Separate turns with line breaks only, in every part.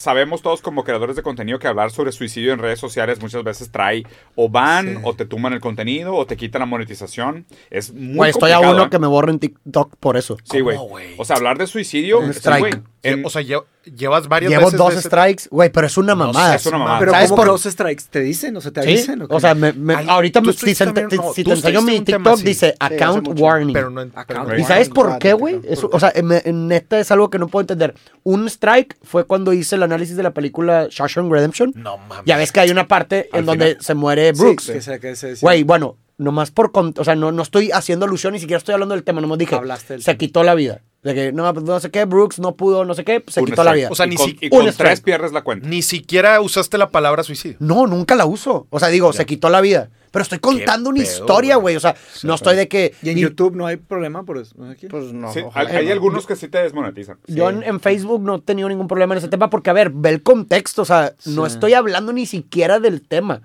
sabemos todos como creadores de contenido que hablar sobre suicidio en redes sociales muchas veces trae o van
Sí.
o te tuman el contenido o te quitan la monetización. Es muy
Güey, estoy a
complicado,
uno
¿eh?
que me borren TikTok por eso.
Sí, güey.
¿Cómo, güey?
O sea, hablar de suicidio,
Un
sí,
strike.
güey, en-
O sea, lle- llevas varias
Llevo
veces
dos
de ese-
strikes, güey, pero es una
No,
mamada.
es una mamada.
Pero
¿Sabes
¿cómo
por-
que los strikes? ¿Te dicen? O sea, ¿te
¿Sí?
avisan?
o sea, me- me-
Ay,
ahorita
tú
me- si,
estuviste
te,
también-
te-
no,
si
tú
te enseño
estuviste
mi
un tema
TikTok,
así.
dice
hace
account
mucho.
warning.
Pero no. ent- pero-
¿Y
Warning.
sabes por qué, güey? Eso, O sea, me- neta es algo que no puedo entender. Un strike fue cuando hice el análisis de la película Shawshank Redemption.
No mames.
Ya ves que hay una parte en
Al
donde
final.
se muere Brooks.
que se- que se- sí.
Güey, bueno, nomás por... con- o sea, no, no estoy haciendo alusión, ni siquiera estoy hablando del tema. Nomás dije,
Hablaste del
se
tema.
quitó la vida. De que, no, pues, no sé qué, Brooks no pudo, no sé qué, pues, se
un
quitó la
strike.
vida.
O sea,
Y
ni
con,
si-
y con
un
tres
strike.
pierdes la cuenta.
Ni siquiera usaste la palabra suicidio.
No, nunca la uso. O sea, digo, se quitó la vida. Pero estoy contando una
pedo,
historia,
güey.
güey. O sea, no estoy de que...
¿Y en
y-
YouTube no hay problema por eso? ¿No es aquí?
Pues no.
Sí, hay,
ojalá que
hay
no.
algunos que sí te desmonetizan.
Yo en, en Facebook no he tenido ningún problema en ese tema porque, a ver, ve el contexto. O sea, no
Sí.
estoy hablando ni siquiera del tema.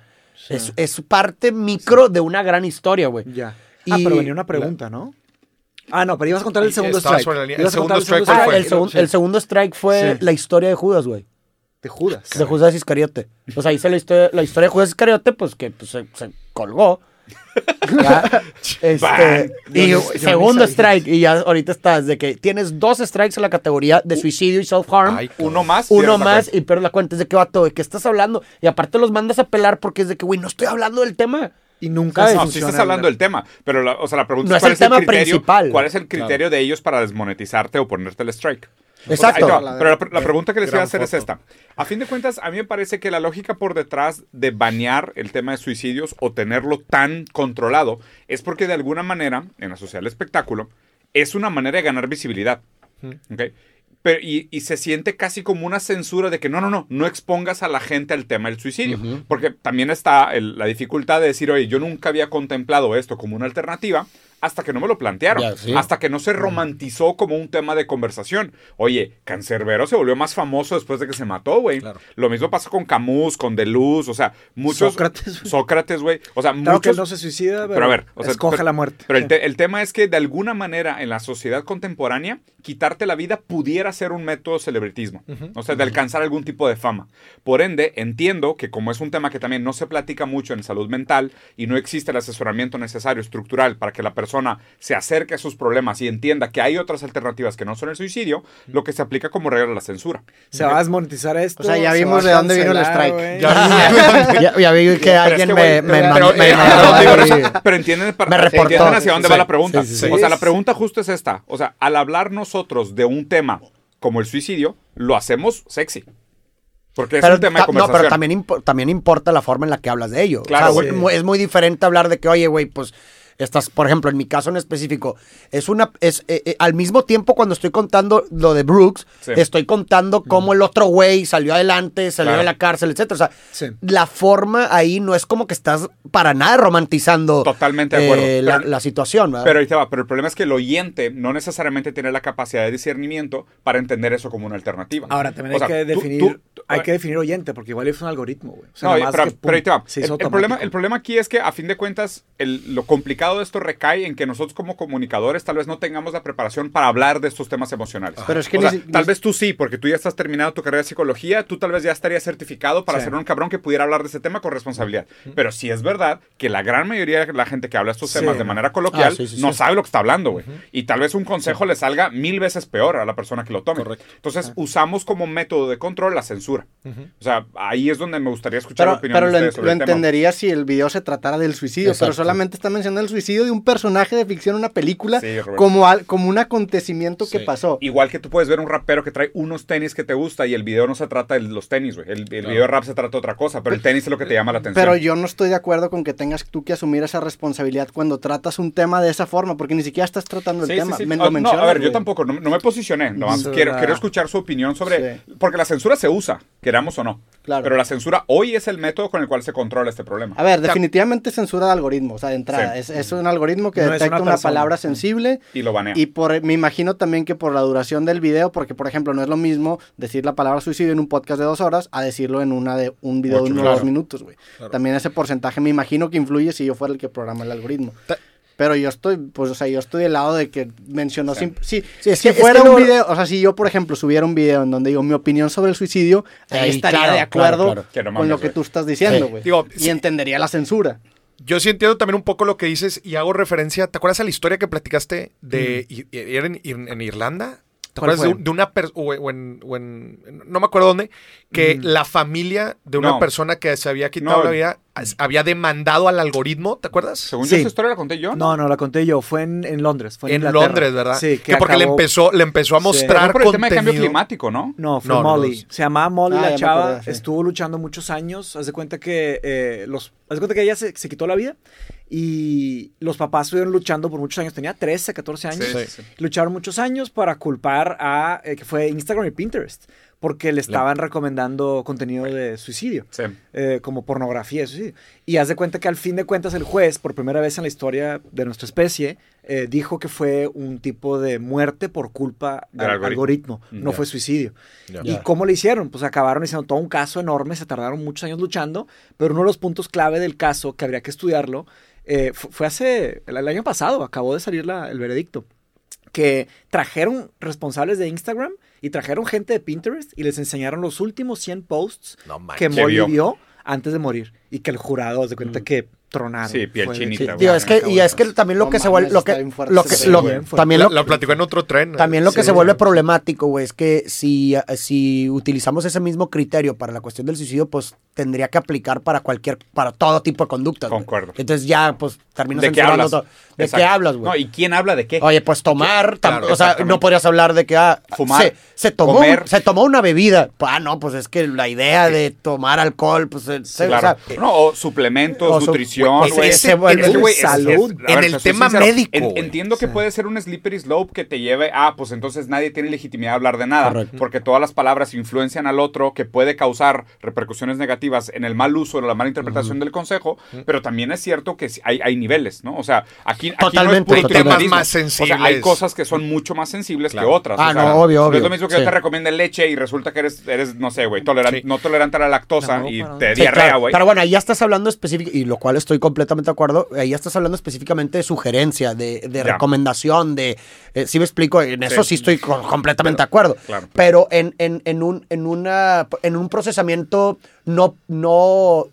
Es, es parte micro de una gran historia, güey.
Ya.
Y-
Ah, pero venía una pregunta, ¿no? Ah, no, pero ibas a contar el
Y
segundo
estaba
strike.
sobre la línea.
Ibas
El
a contar
segundo strike,
Ah,
fue?
el, segun-
Sí.
el segundo strike fue
Sí.
la historia de Judas, güey.
Te judas.
De Judas Iscariote. O sea, hice la historia, la historia de Judas Iscariote, pues que pues, se, se colgó. Ya. Este,
Bam.
y
Yo ni- yo
segundo
ni sabía.
strike. Y ya ahorita estás de que tienes dos strikes en la categoría
Uh.
de suicidio y self-harm.
Ay, cabrón.
Uno más.
Uno
pierdes la
más
cuenta.
y pero la cuenta es de que vato, ¿de qué estás hablando? Y aparte los mandas a pelar porque es de que, güey, no estoy hablando del tema.
Y nunca
¿Sabes?
No,
funciona
sí estás hablando del tema, pero la, o sea, la pregunta
No
es
es
cuál
el
es el,
tema
criterio,
principal.
cuál es el criterio de ellos para desmonetizarte o ponerte el strike.
Exacto.
Ahí te va. Pero la, la pregunta que les iba a
Gran
hacer es
foto.
esta. A fin de cuentas, a mí me parece que la lógica por detrás de banear el tema de suicidios o tenerlo tan controlado es porque de alguna manera, en la sociedad del espectáculo, es una manera de ganar visibilidad. ¿ok? Pero, y, y se siente casi como una censura de que no, no, no, no expongas a la gente al tema del suicidio. Porque también está el- la dificultad de decir, oye, yo nunca había contemplado esto como una alternativa hasta que no me lo plantearon.
Ya, sí.
Hasta que no se romantizó como un tema de conversación. Oye, Cancerbero se volvió más famoso después de que se mató, güey.
Claro.
Lo mismo pasó con Camus, con Deluz, o sea, muchos.
Sócrates, güey.
Sócrates, güey. O sea,
Claro que
muchos.
él no se suicida, pero,
Pero a ver, o sea,
escoge
pero-
la muerte.
Pero el, te- el tema es que de alguna manera en la sociedad contemporánea, quitarte la vida pudiera ser un método de celebritismo, o sea, de alcanzar algún tipo de fama. Por ende, entiendo que como es un tema que también no se platica mucho en salud mental y no existe el asesoramiento necesario estructural para que la persona se acerque a sus problemas y entienda que hay otras alternativas que no son el suicidio, lo que se aplica como regla de la censura.
Se va a desmonetizar esto.
O sea, ya
se
vimos
va a
de dónde vino el
cancelar,
strike.
güey.
ya, ya vi que
Pero es
alguien
que, güey,
me, me,
pero-
mandó-
pero-
me
eh,
mandó
pero- pero-
ahí.
Pero entienden, para-
Me reportó.
entienden hacia dónde
Sí,
va
sí,
la pregunta.
sí, sí,
O sea,
sí.
la pregunta justo es esta. O sea, al hablar nosotros de un tema como el suicidio, lo hacemos sexy. Porque es
Pero
un tema de
ta- no,
conversación.
pero también, impo- también importa la forma en la que hablas de ello. O sea,
Claro,
güey,
sí.
mu- es muy diferente hablar de que, oye, güey, pues estás, por ejemplo, en mi caso en específico, es una, es, eh, eh, al mismo tiempo cuando estoy contando lo de Brooks,
Sí.
estoy contando cómo el otro güey salió adelante, salió
Claro.
de la cárcel, etcétera. O sea,
Sí.
la forma ahí no es como que estás para nada romantizando eh,
Totalmente de acuerdo.
la,
Pero-
la situación, ¿verdad?
Pero ahí te va, pero el problema es que el oyente no necesariamente tiene la capacidad de discernimiento para entender eso como una alternativa.
Ahora, también
O
hay
sea,
que
tú-
definir,
tú- tú-
hay que definir oyente, porque igual es un algoritmo, güey. O sea,
No,
nada más
pero,
que, pum,
pero ahí te va.
se
El,
hizo
el problema,
automático.
el problema aquí es que, a fin de cuentas, el- lo complicado de esto recae en que nosotros como comunicadores tal vez no tengamos la preparación para hablar de estos temas emocionales.
Pero es que
O
ni
sea,
si-
tal
ni-
vez tú sí, porque tú ya estás terminado tu carrera de psicología, tú tal vez ya estarías certificado para
Sí.
ser un cabrón que pudiera hablar de ese tema con responsabilidad. Pero sí es verdad que la gran mayoría de la gente que habla de estos
Sí.
temas de manera coloquial
Ah, sí, sí,
no
sí.
sabe lo que está hablando, güey. Y tal vez un consejo le salga mil veces peor a la persona que lo tome.
Correcto.
Entonces, usamos como método de control la censura. O sea, ahí es donde me gustaría escuchar
Pero,
opinión
pero
de
lo, en-
ustedes sobre
lo
el tema.
entendería si el video se tratara del suicidio, pero
Exacto.
solamente está mencionando el suicidio de un personaje de ficción en una película
Sí, Roberto.
como, al- como un acontecimiento que pasó.
Igual que tú puedes ver un rapero que trae unos tenis que te gusta y el video no se trata de los tenis, güey. El, el video de rap se trata de otra cosa, pero el tenis es lo que te llama la atención.
Pero yo no estoy de acuerdo con que tengas tú que asumir esa responsabilidad cuando tratas un tema de esa forma, porque ni siquiera estás tratando el
Sí, sí,
tema.
sí.
Me-
Ah,
lo
no, a
mencionas,
ver, yo
güey.
tampoco, no, no me posicioné. no,
Sobre
quiero,
la-
quiero escuchar su opinión sobre...
Sí.
Porque la censura se usa, queramos o no.
Claro.
Pero la censura hoy es el método con el cual se controla este problema.
A ver, definitivamente censura de algoritmo, o sea, de entrada.
Sí.
Es, es un algoritmo que
No es
detecta
una
una,
persona.
palabra sensible.
Y lo banea.
Y por, me imagino también que por la duración del video, porque por ejemplo, no es lo mismo decir la palabra suicidio en un podcast de dos horas a decirlo en una de un video
Ocho,
de uno o
claro.
dos minutos, güey. También ese porcentaje me imagino que influye si yo fuera el que programa el algoritmo.
Ta-
Pero yo estoy, pues, o sea, yo estoy del lado de que mencionó. sim- Sí,
Sí, es
si
que- es
fuera
que
un
luego-
video, o sea, si yo, por ejemplo, subiera un video en donde digo mi opinión sobre el suicidio, ahí
Ahí,
estaría
claro,
de acuerdo
claro, claro.
Que no
con lo
mames,
que
güey.
tú estás diciendo,
Sí.
güey.
Digo,
y
sí.
entendería la censura.
Yo sí entiendo también un poco lo que dices y hago referencia. ¿Te acuerdas a la historia que platicaste de i- i- era en, Ir- en Irlanda? ¿Te
¿Cuál
acuerdas de,
fue?
un- de una persona, o, o en, o en- no me acuerdo dónde, que la familia de una
No.
persona que se había quitado
No.
la vida as- había demandado al algoritmo, ¿te acuerdas?
Según yo,
Sí.
esa historia la conté yo.
No, no, la conté yo. Fue en, en Londres. Fue en,
En
Inglaterra.
Londres, ¿verdad?
Sí,
que porque le
acabó-
empezó, le empezó a
Sí.
mostrar
Fue por el tema de cambio
contenido.
climático, ¿no?
No, fue
No, no,
Molly.
no.
Se llamaba Molly
Ah, ya
la
me
chava.
acordé, sí.
Estuvo luchando muchos años. Haz de cuenta que eh, los. Haz de cuenta que ella se, se quitó la vida. Y los papás estuvieron luchando por muchos años. Tenía 13, 14 años.
Sí, sí, sí.
Lucharon muchos años para culpar a eh, que fue Instagram y Pinterest. Porque le estaban recomendando contenido de suicidio.
Sí.
eh, como pornografía, eso sí. Y haz de cuenta que al fin de cuentas el juez, por primera vez en la historia de nuestra especie, eh, dijo que fue un tipo de muerte por culpa
Del
del
algoritmo.
algoritmo,
Mm,
no
ya.
fue suicidio.
Ya.
¿Y cómo le hicieron? Pues acabaron haciendo todo un caso enorme, se tardaron muchos años luchando, pero uno de los puntos clave del caso, que habría que estudiarlo, eh, fu- fue hace, el, el año pasado, acabó de salir la- el veredicto, que trajeron responsables de Instagram y trajeron gente de Pinterest y les enseñaron los últimos 100 posts
No
que
manches.
Que
Molly
vio.
vio. antes de morir y que el jurado se cuenta que tronaron.
Sí, piel
Fue de-
chinita,
Sí,
güey.
Mm. digo, es que, y es que también lo
No
que se
mames,
vuelve, lo
está
que,
bien fuerte
lo que,
ese
lo-
video, güey.
también
La-
lo,
la platicó en otro tren.
también lo que
Sí,
se vuelve
güey.
problemático, güey, es que si, ah, si utilizamos ese mismo criterio para la cuestión del suicidio, pues tendría que aplicar para cualquier, para todo tipo de conductas. güey.
Concuerdo.
Entonces ya, pues, terminas
¿De qué
censurando
hablas?
todo. ¿De
Exacto.
qué hablas,
No,
güey?
¿y quién habla de qué?
Oye, pues tomar, tam-
Claro,
o sea,
exactamente.
no podrías hablar de que ah,
Fumar,
se, se tomó,
comer.
se tomó una bebida. Ah, no, pues es que la idea de tomar alcohol, pues, se- se- o
Claro.
sea,
no, o suplementos,
o su-
nutrición,
ese-
güey.
ese- ese-
Es que, güey, es-
salud.
es- a
En
ver,
el
te soy
tema
sincero,
médico,
en-
güey.
entiendo que puede ser un slippery slope que te lleve, ah, pues entonces nadie tiene legitimidad de hablar de nada,
Correcto.
porque todas las palabras influencian al otro, que puede causar repercusiones negativas en el mal uso o la mala interpretación del consejo, pero también es cierto que sí hay, hay niveles, ¿no? O sea, aquí, aquí no es
Totalmente,
puro
Hay temas
utilitarismo.
más
O sea, hay
sensibles.
cosas que son mucho más sensibles
Claro.
que otras.
Ah,
o sea,
no, obvio,
Es
obvio.
lo mismo que yo
Sí.
te recomiende leche y resulta que eres, eres no sé, güey, toleran-
Sí.
no tolerante a la lactosa
No,
y
para
te
nada.
Sí,
diarrea,
claro,
güey.
Pero bueno, ahí ya estás hablando específico, y lo cual estoy completamente de acuerdo, ahí ya estás hablando específicamente de sugerencia, de,
Ya.
de recomendación, de... si me explico, en eso
Sí.
sí, estoy co- completamente de acuerdo.
claro.
Pero en, en, en, un, en, una, en un procesamiento no... no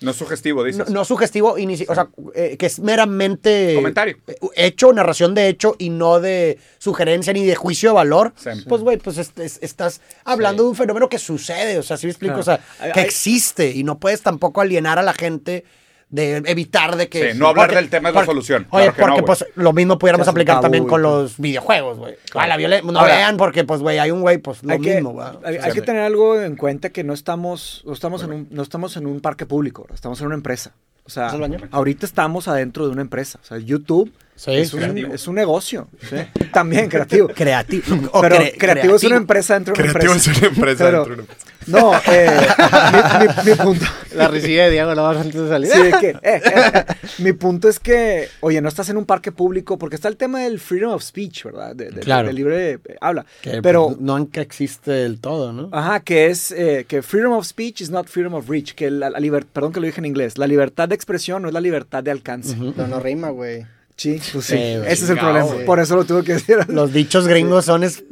No es sugestivo,
no,
dices.
no sugestivo, y ni si- o sea, eh, que es meramente...
Comentario.
eh, Hecho, narración de hecho y no de sugerencia ni de juicio de valor.
Sí.
Pues, güey, pues es- es- estás hablando de un fenómeno que sucede, o sea, si me explico? O sea,
Claro.
que
Hay-
existe y no puedes tampoco alienar a la gente de evitar de que...
Sí, no hablar del tema es la
porque-
solución.
Oye,
Claro que no,
porque
güey.
pues lo mismo pudiéramos
Se hace
aplicar
tabú
también
y
con
todo.
los videojuegos, güey. Ah, la violen- No
Ahora-
vean porque, pues, güey, hay un güey, pues, lo
hay que,
mismo, güey.
hay, hay que
Sí.
tener algo en cuenta que no estamos, no estamos, en, un, no estamos en un parque público, estamos en una empresa. O sea,
¿Vas al baño?
ahorita estamos adentro de una empresa. O sea, YouTube
Sí,
es, un,
creativo.
es un negocio. También creativo.
Creativo. o
Pero
cre-
creativo, es una empresa dentro de una
Creativo
empresa.
es una empresa
Pero-
dentro de una empresa.
No, eh, mi- mi- mi punto.
La risilla de Diego la vas antes de salir.
Sí, de que, eh, eh, eh. Mi punto es que, oye, no estás en un parque público, porque está el tema del freedom of speech, ¿verdad? De, de-
Claro.
de libre eh, habla.
Que,
Pero,
pues, no nunca existe del todo, ¿no?
ajá, que es eh, que freedom of speech is not freedom of reach, que la, la liber- perdón que lo dije en inglés, la libertad de expresión no es la libertad de alcance.
Pero no rima, güey.
Sí, pues
Sí,
sí,
güey.
ese es el
Chingao,
problema.
güey.
Por eso lo tuve que decir.
Los dichos gringos son es-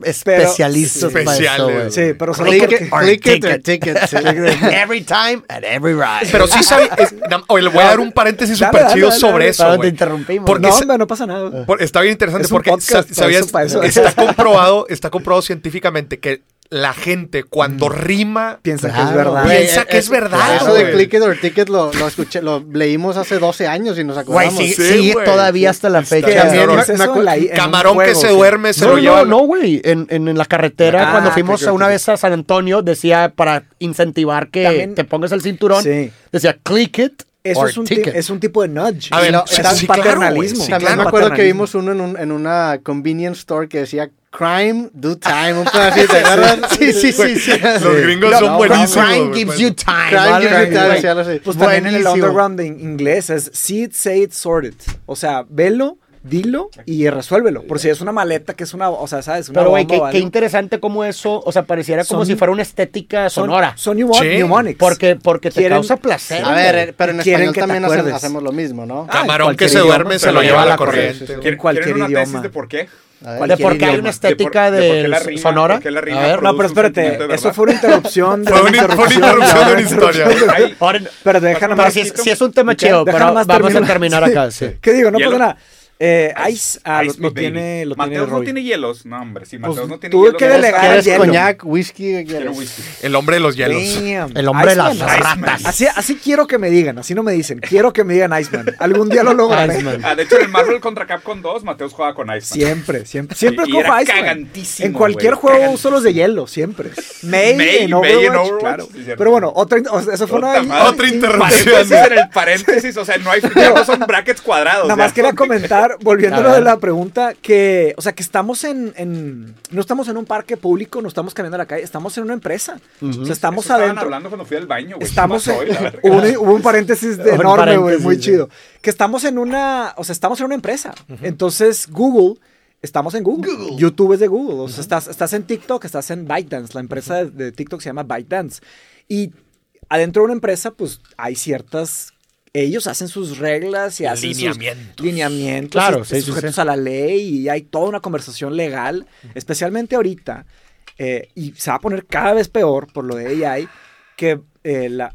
especialistas para eso,
Especiales.
güey.
Sí, pero solo
Click
porque-
it, click it or
ticket.
ticket. sí.
Every time at every ride.
Pero sí sabe, es- na- oye, le voy a dar un paréntesis
Dale,
súper
dale,
chido
dale,
sobre
dale.
Ahora
eso,
te
güey.
interrumpimos.
Porque Eh.
no,
sa-
hombre, no pasa nada.
por- está bien interesante
Es un
porque
podcast,
sa-
para
sabías,
eso- para eso.
está comprobado, está comprobado científicamente que la gente cuando rima
Piensa que es
Claro,
verdad.
güey.
piensa
eh,
que es
eh,
verdad.
Eso de
Ah, güey.
click it or ticket lo, lo escuché, lo leímos hace 12 años y nos
Güey,
acordamos.
sigue,
sí,
sigue
güey.
todavía hasta la
Que
fecha.
también
cabrón.
es eso
Me acu-
en la- en un
camarón que
juego,
se
sí.
duerme se
No,
lo lleva.
no, no, güey. En, en- en la carretera,
Ah,
cuando fuimos
creo que-
a una vez a San Antonio, decía para incentivar que
También-
te pongas el cinturón,
Sí.
decía click it
Eso
or
es un, ti-
ticket.
es un tipo de nudge.
A ver,
Y lo-
sí,
está
sí, claro,
paternalismo.
güey, sí,
También
claro.
me acuerdo que
Paternalismo.
vimos uno en, un- en una convenience store que decía crime, do time, un pedo así, ¿te acuerdas? Sí, sí, sí, sí.
Los gringos son buenísimos.
Crime
güey,
gives
pues.
you time.
Crime
¿vale?
gives you time,
Güey.
decía algo así.
Pues también en el
Buenísimo.
underground de in- inglés es see it, say it, sort it. O sea, velo, dilo y resuélvelo. Por si es una maleta que es una, o sea, sabes, una
Pero, güey,
bomba
qué,
o
qué
algo.
interesante como eso, o sea, pareciera como
Son-
si fuera una estética
Son-
sonora.
Son, mnemon-
Sí.
mnemonics.
porque porque te
Quieren-
causa placer.
Ah,
A ver, eh, pero en
Quieren
español
que te
también hace-
acuerdes.
hacemos lo mismo, ¿no?
Ah,
Camarón
en
que se
cualquier
duerme
idioma,
se lo lleva a la
sí, sí.
corriente.
¿Quieren,
En cualquier
quieren una tesis
idioma.
de por qué?
A ver.
de por qué
cualquier
hay
idioma.
una estética
De por-
de,
de por qué la rima,
sonora.
por qué la rima
a ver,
produce-
No, pero
Producto
espérate,
de
eso
verdad.
fue una interrupción. de
Fue una, fue una interrupción de una historia.
Ay,
ahora-
Pero déjame
pero si es, si es un tema chido, pero vamos a terminar acá. Sí.
¿Qué digo? No
Hielo.
pasa nada. Eh, Ice, ah,
Ice
lo, lo
Mi
tiene,
Baby.
lo tiene
Mateos no
Roy.
tiene hielos. No, hombre, si Mateos
Pues,
no tiene
tuve
hielos.
que
no-
delegar.
¿Quieres
hielo.
coñac, whisky? ¿Qué
Quiero
quieres?
whisky.
El hombre de los hielos.
Damn.
El hombre de las
Iceman.
ratas.
Así, así quiero que me digan, así no me dicen. Quiero que me digan Iceman. Algún día lo lograré.
Iceman.
Ah, de hecho, en el Marvel contra Capcom 2, Mateos juega con Iceman.
Siempre, siempre. Siempre
Y
cojo
era
Iceman.
cagantísimo,
En cualquier
güey,
juego
cagantísimo.
uso los de hielo, siempre. May,
May,
en
May en
Overwatch,
Overwatch,
claro.
sí, cierto.
Pero bueno, otra, o sea, eso fue
Puta
una...
madre.
Otra interrupción.
Paréntesis en el paréntesis, o sea, no hay ya no son brackets cuadrados.
Nada
ya
más quería
son-
comentar, volviendo a
A
lo de
ver.
la pregunta, que, o sea, que estamos en, en- no estamos en un parque público, no estamos caminando a la calle, estamos en una empresa. O sea, estamos
Eso Estaban
adentro.
hablando cuando fui al baño, güey.
Estamos
¿Qué pasó,
en,
la verga?
hubo, un, hubo un paréntesis de
Un
enorme, güey,
paréntesis,
muy
sí.
chido. Que estamos en una, o sea, estamos en una empresa. Entonces, Google, estamos en Google. YouTube es de Google. O sea, estás, estás en TikTok, estás en ByteDance. La empresa de, de TikTok se llama ByteDance. Y adentro de una empresa, pues, hay ciertas... Ellos hacen sus reglas y hacen sus
Lineamientos.
lineamientos,
Claro,
y-
sí, sí,
sujetos
sí.
a la ley y hay toda una conversación legal, especialmente ahorita, eh, y se va a poner cada vez peor por lo de AI, que eh, la, la